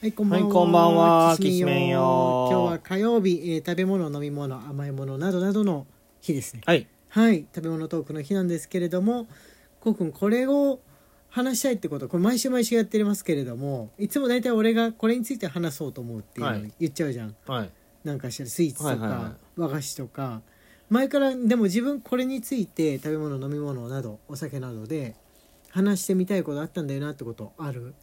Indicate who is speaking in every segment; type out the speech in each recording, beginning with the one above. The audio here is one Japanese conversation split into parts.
Speaker 1: はい、こんばんは。
Speaker 2: はいこんばんはきしめんよ
Speaker 1: 今日は火曜日、えー食べ物、飲み物、甘いものなどなどの日ですね。
Speaker 2: はい
Speaker 1: はい、食べ物トークの日なんですけれども、こうくん、これを話したいってこと、これ毎週毎週やってますけれども、いつも大体俺がこれについて話そうと思うっていうのを
Speaker 2: はい
Speaker 1: 言っちゃうじゃん。
Speaker 2: はい
Speaker 1: なんかしたらスイーツとか、
Speaker 2: はいはいは
Speaker 1: 和菓子とか前からでも自分これについて食べ物飲み物などお酒などで話してみたいことあったんだよなってことある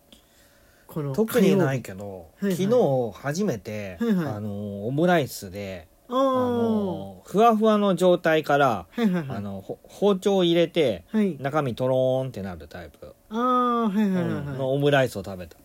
Speaker 1: この
Speaker 2: 特にないいけど、
Speaker 1: はいはい
Speaker 2: 昨日初めて、
Speaker 1: はいはい
Speaker 2: あのオムライスで、
Speaker 1: あ
Speaker 2: あ
Speaker 1: の
Speaker 2: のふわふわの状態から、
Speaker 1: はいはいはい
Speaker 2: あのほ包丁を入れて
Speaker 1: はい
Speaker 2: 中身トローンってなるタイプ、
Speaker 1: ああはいはいはい
Speaker 2: うん
Speaker 1: はい、
Speaker 2: のオムライスを食べた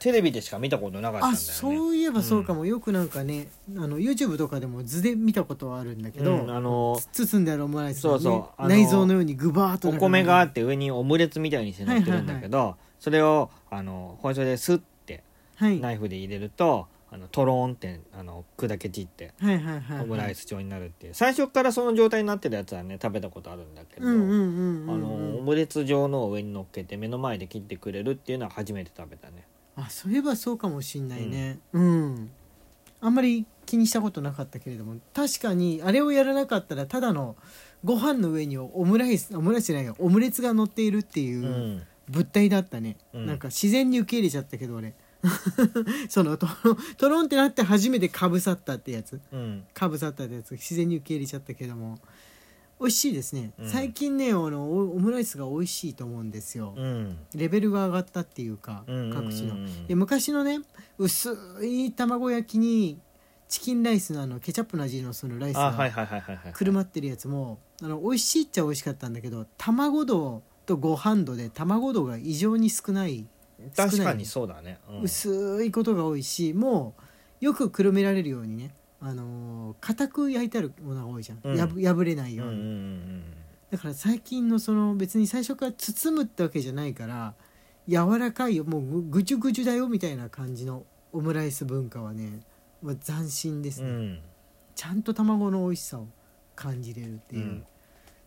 Speaker 2: テレビでしか見たことなかった
Speaker 1: あ
Speaker 2: んだよね
Speaker 1: そういえばそうかも、よくなんかねあの YouTube とかでも図で見たことはあるんだけど、
Speaker 2: うんあの
Speaker 1: つ包んであるオムライスがね、
Speaker 2: そうそうあの
Speaker 1: 内臓のようにグバーっと
Speaker 2: お米があって上にオムレツみたいにして乗ってるんだけど、それをあの包丁でスッて
Speaker 1: はいは
Speaker 2: ナ
Speaker 1: い
Speaker 2: イフで入れるとあのトローンってあの砕け散って
Speaker 1: はいはいはい
Speaker 2: オムライス状になるっていう最初からその状態になってるやつはね食べたことあるんだけど、
Speaker 1: うんうんうんうん、うん、
Speaker 2: あのオムレツ状のを上に乗っけて目の前で切ってくれるっていうのは初めて食べたね、
Speaker 1: あそういえばそうかもしんないねうん、あんまり気にしたことなかったけれども確かにあれをやらなかったらただのご飯の上にオムライスオムライスじゃないよオムレツが乗っているっていううん物体だったね、
Speaker 2: うん
Speaker 1: なんか自然に受け入れちゃったけど俺 そのトロントロンってなって初めてかぶさったってやつ
Speaker 2: うん
Speaker 1: かぶさったってやつ自然に受け入れちゃったけども美味しいですね、
Speaker 2: うん
Speaker 1: 最近ねあのオムライスが美味しいと思うんですよ、
Speaker 2: うん
Speaker 1: レベルが上がったっていうか、
Speaker 2: うん
Speaker 1: 各地の
Speaker 2: うんうんうん
Speaker 1: で昔のね薄い卵焼きにチキンライスのあのケチャップの味のするライス
Speaker 2: あはい
Speaker 1: が
Speaker 2: はいはいはいはい
Speaker 1: くるまってるやつもあの美味しいっちゃ美味しかったんだけど卵度とご飯度で卵度が異常に少ない
Speaker 2: 確かにそうだね、うん
Speaker 1: 薄いことが多いしもうよくくるめられるようにねあのー固く焼いてあるものが多いじゃん、
Speaker 2: うん
Speaker 1: やぶ破れないうよ
Speaker 2: ん
Speaker 1: う
Speaker 2: う
Speaker 1: に、
Speaker 2: んうん
Speaker 1: だから最近のその別に最初から包むってわけじゃないから柔らかいよもうぐぐちゅぐちゅだよみたいな感じのオムライス文化はね、まあ、斬新です
Speaker 2: う
Speaker 1: ね、
Speaker 2: ん
Speaker 1: ちゃんと卵の美味しさを感じれるっていう、
Speaker 2: うん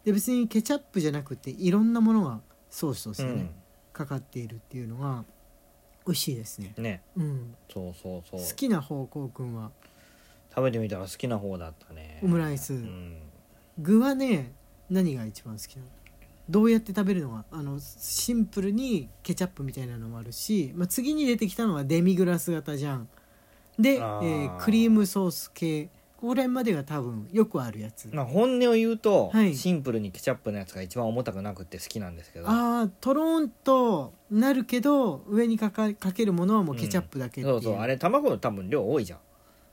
Speaker 1: で別にケチャップじゃなくていろんなものがソースとし
Speaker 2: う
Speaker 1: てね、
Speaker 2: ん
Speaker 1: かかっているっていうのが美味しいですね、
Speaker 2: ね
Speaker 1: うん、
Speaker 2: そうそうそう
Speaker 1: 好きな方向くんは
Speaker 2: 食べてみたら好きな方だったね
Speaker 1: オムライス
Speaker 2: うん、
Speaker 1: 具はね何が一番好きなのどうやって食べるのがあのシンプルにケチャップみたいなのもあるし、まあ、次に出てきたのはデミグラス型じゃんで、え
Speaker 2: あー
Speaker 1: ークリームソース系ここら辺までが多分よくあるやつ
Speaker 2: まあ本音を言うと、
Speaker 1: はい
Speaker 2: シンプルにケチャップのやつが一番重たくなくて好きなんですけど
Speaker 1: あートローンとなるけど上にかかかけるものはもうケチャップだけっていう,、
Speaker 2: そうそうあれ卵の多分量多いじゃん、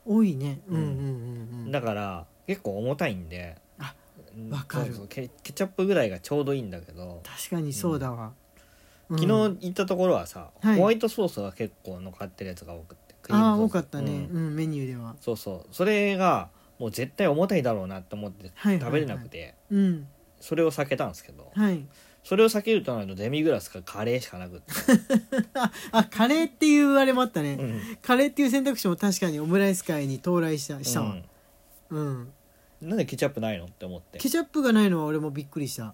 Speaker 1: 多いねうんうんうんうん
Speaker 2: だから結構重たいんで
Speaker 1: あ
Speaker 2: うん
Speaker 1: わかる
Speaker 2: そうそうケケチャップぐらいがちょうどいいんだけど、
Speaker 1: 確かにそうだわ、うん
Speaker 2: 昨日行ったところはさ、
Speaker 1: はい
Speaker 2: ホワイトソースが結構乗っかってるやつが多くてクリーム
Speaker 1: ああ
Speaker 2: ソー
Speaker 1: 多
Speaker 2: ス
Speaker 1: かったね、
Speaker 2: うん
Speaker 1: うん、メニューでは
Speaker 2: そうそうそれがもう絶対重たいだろうなと思って
Speaker 1: はいはいはい
Speaker 2: 食べれなくて、
Speaker 1: うん
Speaker 2: それを避けたんですけど
Speaker 1: はい
Speaker 2: それを避けるとなるとデミグラスかカレーしかなくって、
Speaker 1: あカレーっていうあれもあったね、
Speaker 2: うん
Speaker 1: カレーっていう選択肢も確かにオムライス界に到来したしたわ
Speaker 2: う
Speaker 1: うん、
Speaker 2: んなんでケチャップないのって思って
Speaker 1: ケチャップがないのは俺もびっくりした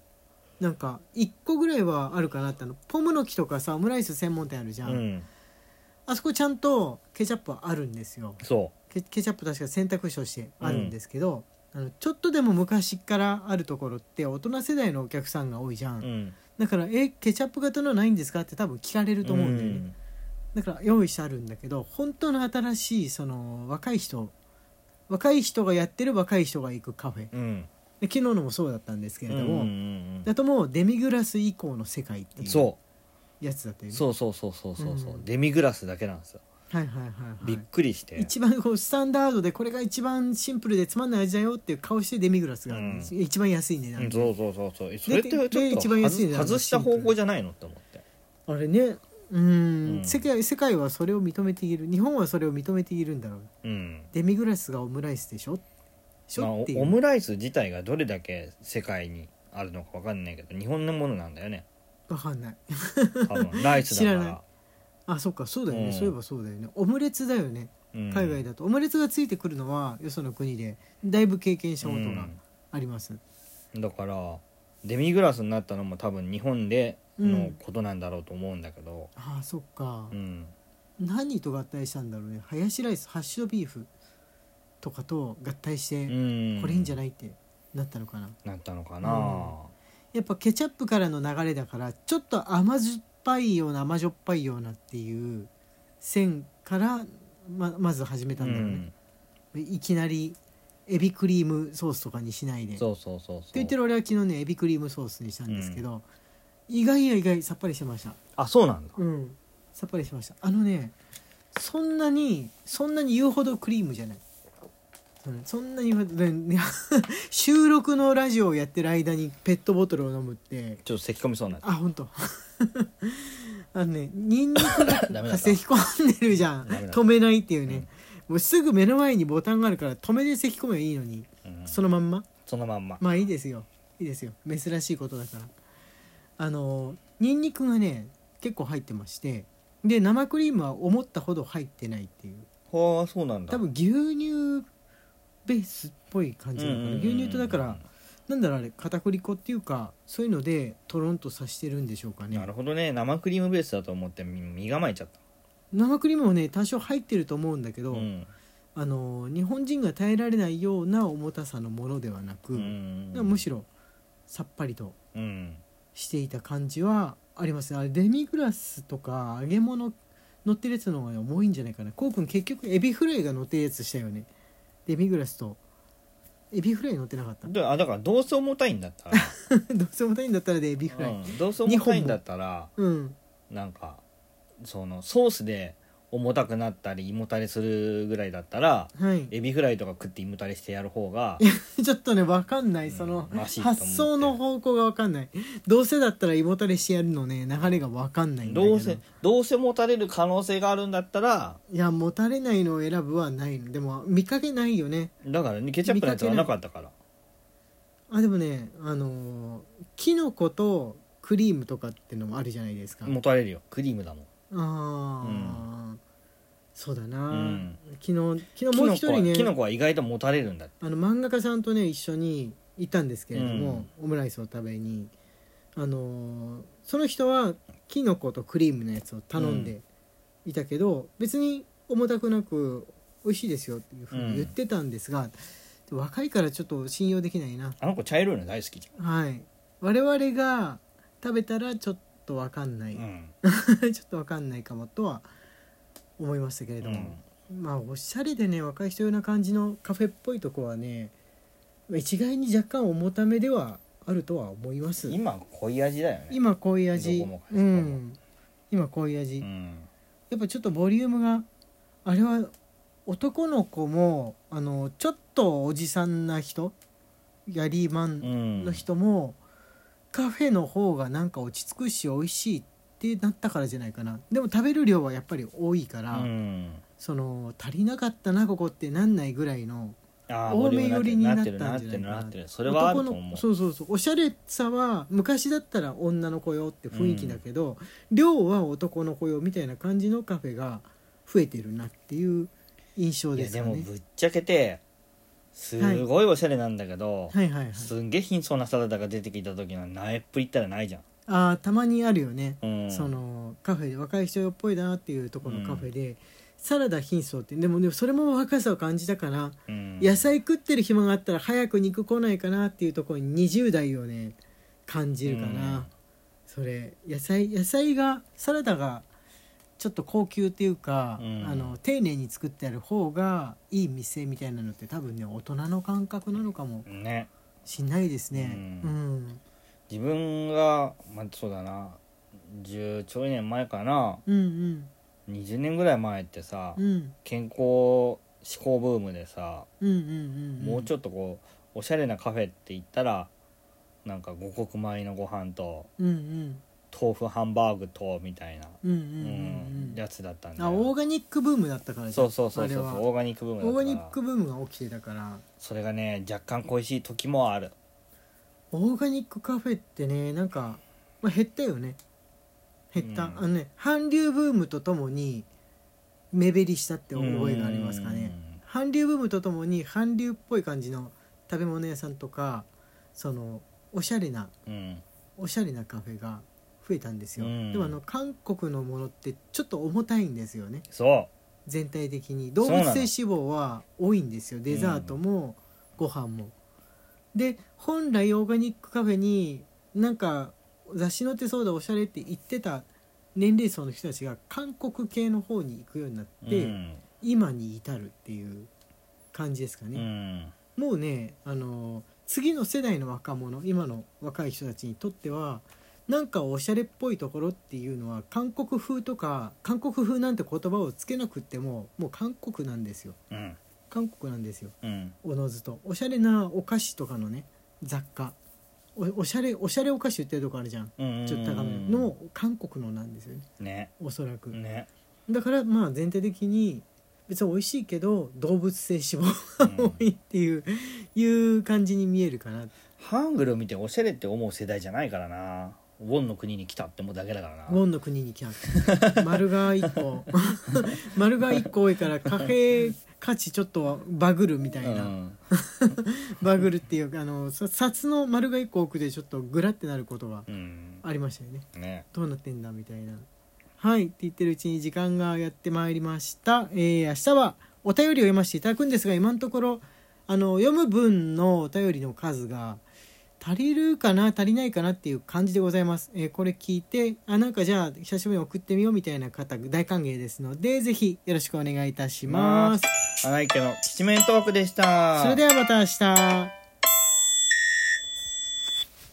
Speaker 1: なんか1個ぐらいはあるかなってあのポムの木とかさオムライス専門店あるじゃん、
Speaker 2: うん
Speaker 1: あそこちゃんとケチャップはあるんですよ
Speaker 2: そ
Speaker 1: ケケチャップ確か選択肢としてあるんですけど、あのちょっとでも昔からあるところって大人世代のお客さんが多いじゃん、
Speaker 2: う、うん、
Speaker 1: だから「えケチャップ型のないんですか?」って多分聞かれると思うんだよね、だから用意してあるんだけど本当の新しいその若い人若い人がやってる若い人が行くカフェで
Speaker 2: うん、うん
Speaker 1: 昨日のもそうだったんですけれども、
Speaker 2: うんうん
Speaker 1: だともうデミグラス以降の世界って
Speaker 2: うん、
Speaker 1: いう
Speaker 2: そ
Speaker 1: やつだったよ
Speaker 2: う
Speaker 1: ね
Speaker 2: そうそうそうそうそうそう、
Speaker 1: うん
Speaker 2: デミグラスだけなんですよ
Speaker 1: はいはいはい
Speaker 2: び
Speaker 1: は
Speaker 2: っ
Speaker 1: い
Speaker 2: くりして、
Speaker 1: 一番こうスタンダードでこれが一番シンプルでつまんない味だよっていう顔してデミグラスが、
Speaker 2: うん
Speaker 1: 一番安い値
Speaker 2: う
Speaker 1: 段
Speaker 2: ん
Speaker 1: で、
Speaker 2: そうそうそうそうそれってちょっと
Speaker 1: で一番安い値段
Speaker 2: 外外した方向じゃないのって思って
Speaker 1: あれねうん、
Speaker 2: うん
Speaker 1: 世界世界はそれを認めている日本はそれを認めているんだろう
Speaker 2: うん
Speaker 1: デミグラスがオムライスでしょし
Speaker 2: まあ、
Speaker 1: ょ
Speaker 2: お
Speaker 1: っていう、
Speaker 2: オムライス自体がどれだけ世界にあるのかわかんないけど日本のものなんだよね
Speaker 1: わかんない
Speaker 2: 多分ライスだ
Speaker 1: 知ら
Speaker 2: か
Speaker 1: ない
Speaker 2: ら
Speaker 1: あそっかそうだよね、
Speaker 2: うん
Speaker 1: そういえばそうだよねオムレツだよね
Speaker 2: うん
Speaker 1: 海外だと、オムレツがついてくるのはよその国でだいぶ経験したことがあります、
Speaker 2: うんだからデミグラスになったのも多分日本でのことなんだろうと思うんだけど、
Speaker 1: ああそっか
Speaker 2: うん
Speaker 1: 何と合体したんだろうねハヤシライスハッシュドビーフとかと合体してこれいいんじゃ
Speaker 2: ない
Speaker 1: ないってなったのかな
Speaker 2: なったのかな、
Speaker 1: やっぱケチャップからの流れだからちょっと甘酸っぱいような甘じょっぱいようなっていう線からままず始めたんだろうね、いきなりエビクリームソースとかにしないで
Speaker 2: うんそうそうそうそう
Speaker 1: って言ってる俺は昨日ねエビクリームソースにしたんですけど、意外や意外さっぱりしてました
Speaker 2: あそうなんだ
Speaker 1: うんさっぱりしてましたあのねそんなにそんなに言うほどクリームじゃないうんそんなに言うほど ね収録のラジオをやってる間にペットボトルを飲むって
Speaker 2: ちょっと咳込みそうになっ
Speaker 1: あ本当 あのねニンニク
Speaker 2: ダメだ
Speaker 1: が
Speaker 2: った
Speaker 1: せき込んでるじゃん
Speaker 2: ダメだった
Speaker 1: 止めないっていうね、もうすぐ目の前にボタンがあるから止めでせき込めばいいのに
Speaker 2: た、うん
Speaker 1: そのまんま
Speaker 2: そのまんま、
Speaker 1: まあいいですよいいですよ珍しいことだからあのニンニクがね結構入ってましてで生クリームは思ったほど入ってないっていう
Speaker 2: はあそうなんだ
Speaker 1: 多分牛乳ベースっぽい感じなのかな
Speaker 2: うんうんうん
Speaker 1: 牛乳とだからなんだろうあれ片栗粉っていうかそういうのでトロンとさしてるんでしょうかね
Speaker 2: なるほどね生クリームベースだと思ってみ身構えちゃった
Speaker 1: 生クリームもね多少入ってると思うんだけど、
Speaker 2: ん
Speaker 1: あの日本人が耐えられないような重たさのものではなく、だからむし
Speaker 2: ろ
Speaker 1: ろさっぱりと
Speaker 2: うん
Speaker 1: していた感じはありますねあれデミグラスとか揚げ物乗ってるやつの方が重いんじゃないかなこうくん結局エビフライが乗ってるやつしたよねデミグラスとエビフライ乗ってなかった ど
Speaker 2: であだからどうせ重たいんだっ たら、
Speaker 1: うせ重たいんだったらでエビフライ
Speaker 2: うん、どうせ重たいんだったら
Speaker 1: うん
Speaker 2: なんかそのソースで重たくなったり胃もたれするぐらいだったら
Speaker 1: はい
Speaker 2: エビフライとか食って胃もたれしてやる方が
Speaker 1: ちょっとね分かんな
Speaker 2: う
Speaker 1: い
Speaker 2: ん
Speaker 1: その
Speaker 2: マシと思って
Speaker 1: 発想の方向が分かんないどうせだったら胃もたれしてやるのね流れが分かんないんだけ
Speaker 2: どうせ
Speaker 1: い
Speaker 2: どうせもたれる可能性があるんだったら
Speaker 1: やもたれないのを選ぶはないのでも見かけないよね
Speaker 2: だからねケチャップのやつはなかったから
Speaker 1: あでもねあのーキノコとクリームとかってのもあるじゃないですか、
Speaker 2: もたれるよクリームだもん
Speaker 1: ああ、そうだな、
Speaker 2: うん
Speaker 1: 昨日昨日
Speaker 2: キ
Speaker 1: もう
Speaker 2: ノ
Speaker 1: 一
Speaker 2: コは
Speaker 1: 人ね
Speaker 2: キノコは意外ともたれるんだって
Speaker 1: あの漫画家さんとね一緒に行ったんですけれども、オムライスを食べにあのーその人はキノコとクリームのやつを頼んでいたけど、別に重たくなく美味しいですよっていうふうに言ってたんですが、若いからちょっと信用できないな
Speaker 2: あの子茶色いの大好きじ
Speaker 1: はい我々が食べたらちょっと分かんない、
Speaker 2: ゃん、う ん、
Speaker 1: ちょっと分かんないかもとは思いましたけれども、まあおしゃれでね若い人用な感じのカフェっぽいとこはね一概に若干重ためではあるとは思います今
Speaker 2: 今濃い味だよね、
Speaker 1: こういう味
Speaker 2: どこもかしこ
Speaker 1: う
Speaker 2: も
Speaker 1: ん今こういう味、
Speaker 2: うん、
Speaker 1: やっぱちょっとボリュームがあれは男の子もあのちょっとおじさんな人やりまん
Speaker 2: うん、
Speaker 1: の人も、カフェの方がなんか落ち着くし美味しいってなったからじゃないかなでも食べる量はやっぱり多いから、
Speaker 2: うん、
Speaker 1: その足りなかったなここってなんないぐらいの
Speaker 2: あー
Speaker 1: 多め寄りになったんじゃ
Speaker 2: な
Speaker 1: な
Speaker 2: っ
Speaker 1: い
Speaker 2: て
Speaker 1: か
Speaker 2: るな
Speaker 1: な
Speaker 2: ってるなってるそれはあると
Speaker 1: 男
Speaker 2: 思
Speaker 1: の
Speaker 2: う
Speaker 1: そうそうそうおしゃれさは昔だったら女の子よって雰囲気だけど、量は男の子よみたいな感じのカフェが増えてるなっていう印象
Speaker 2: い
Speaker 1: で
Speaker 2: や
Speaker 1: す
Speaker 2: で
Speaker 1: か
Speaker 2: も
Speaker 1: ね
Speaker 2: ぶっちゃけてすごいおしゃれなんだけど、
Speaker 1: はいはいはい
Speaker 2: すんげえ貧相なサラダが出てきた時の苗っぷりったらないじゃん、
Speaker 1: あーたまにあるよね
Speaker 2: うん、
Speaker 1: そのカフェで若い人っぽいなっていうところのカフェで、サラダ貧相ってでもでもそれも若さを感じたから、
Speaker 2: うん、
Speaker 1: 野菜食ってる暇があったら早く肉来ないかなっていうところに20代をね感じるかな、
Speaker 2: うん
Speaker 1: それ野菜野菜がサラダがちょっと高級っていうか、
Speaker 2: うん
Speaker 1: あの丁寧に作ってある方がいい店みたいなのって多分ね大人の感覚なのかも
Speaker 2: ね
Speaker 1: しんないですね。
Speaker 2: う
Speaker 1: うんん、
Speaker 2: 自分が、まあ、そうだな10ちょい年前かな
Speaker 1: うん、
Speaker 2: 20年ぐらい前ってさ、
Speaker 1: うんうん
Speaker 2: 健康志向ブームでさ、
Speaker 1: うんうんうん
Speaker 2: もうちょ
Speaker 1: っ
Speaker 2: っとこうおしゃれなカフェって言ったらなんか五穀米のご飯と
Speaker 1: と、うんうん
Speaker 2: 豆腐ハンバーグとみたいな、
Speaker 1: うんうん
Speaker 2: うん
Speaker 1: うんうん
Speaker 2: やつだったんだ
Speaker 1: あ
Speaker 2: よ
Speaker 1: オーガニックブームだったからじゃ
Speaker 2: そ
Speaker 1: ん
Speaker 2: うそうそう
Speaker 1: あれ
Speaker 2: そう
Speaker 1: は
Speaker 2: オーガニックブームだ
Speaker 1: オーガニ
Speaker 2: った
Speaker 1: ッ
Speaker 2: か
Speaker 1: ク
Speaker 2: ら
Speaker 1: ブームが起きてたから
Speaker 2: それがね若干恋しい時もある
Speaker 1: オーガニックカフェってねなんか、まあ、減ったよね減った、
Speaker 2: うん
Speaker 1: あのね韓流ブームとともに目減りしたって覚えがありますかね韓流ブームとともに韓流っぽい感じの食べ物屋さんとかそのおしゃれな
Speaker 2: うんうん
Speaker 1: おしゃれなカフェが増えたんですよ、
Speaker 2: うん
Speaker 1: でもあの韓国のものってちょっと重たいんですよね
Speaker 2: そ
Speaker 1: 全体的に
Speaker 2: そう
Speaker 1: 動
Speaker 2: なの
Speaker 1: 物性脂肪は多いんですよデザートもご飯も、で本来オーガニックカフェになんか雑誌載ってそうだおしゃれって言ってた年齢層の人たちが韓国系の方に行くようになっ
Speaker 2: う
Speaker 1: て、
Speaker 2: うん
Speaker 1: 今に至るっていう感じですか
Speaker 2: う
Speaker 1: ね、
Speaker 2: ん
Speaker 1: もうねあの次の世代の若者今の若い人たちにとってはなんかおしゃれっぽいところっていうのは韓国風とか韓国風なんて言葉をつけなくってももう韓国なんですよ
Speaker 2: うん
Speaker 1: 韓国なんですよ
Speaker 2: うん
Speaker 1: おのずとおしゃれなお菓子とかのね雑貨おおしゃれおしゃれお菓子売ってるとこあるじゃん
Speaker 2: うん
Speaker 1: ちょっと高めのの韓国のなんですよね
Speaker 2: ね
Speaker 1: おそらく、
Speaker 2: ね、
Speaker 1: だからまあ全体的に別に美味しいけど動物性脂肪
Speaker 2: うん
Speaker 1: 多いっていう、いう感じに見えるかな
Speaker 2: ハングルを見ておしゃれって思う世代じゃないからなウォンの国に来たって思うだけだからな
Speaker 1: ウォンの国に来た丸が1個 丸が1個多いから貨幣価値ちょっとバグるみたいな、
Speaker 2: うん
Speaker 1: バグるっていうかあのさ札の丸が1個多くでちょっとグラってなることが
Speaker 2: うん
Speaker 1: ありましたよね
Speaker 2: ね
Speaker 1: どうなってんだみたいなはいって言ってるうちに時間がやってまいりましたえー明日はお便りを読ませていただくんですが今のところあの読む分のお便りの数が足りるかな足りないかなっていう感じでございます、えーこれ聞いてあなんかじゃあ久しぶりに送ってみようみたいな方大歓迎ですのでぜひよろしくお願いいたします
Speaker 2: 荒井家の七面トークでした
Speaker 1: それではまた明日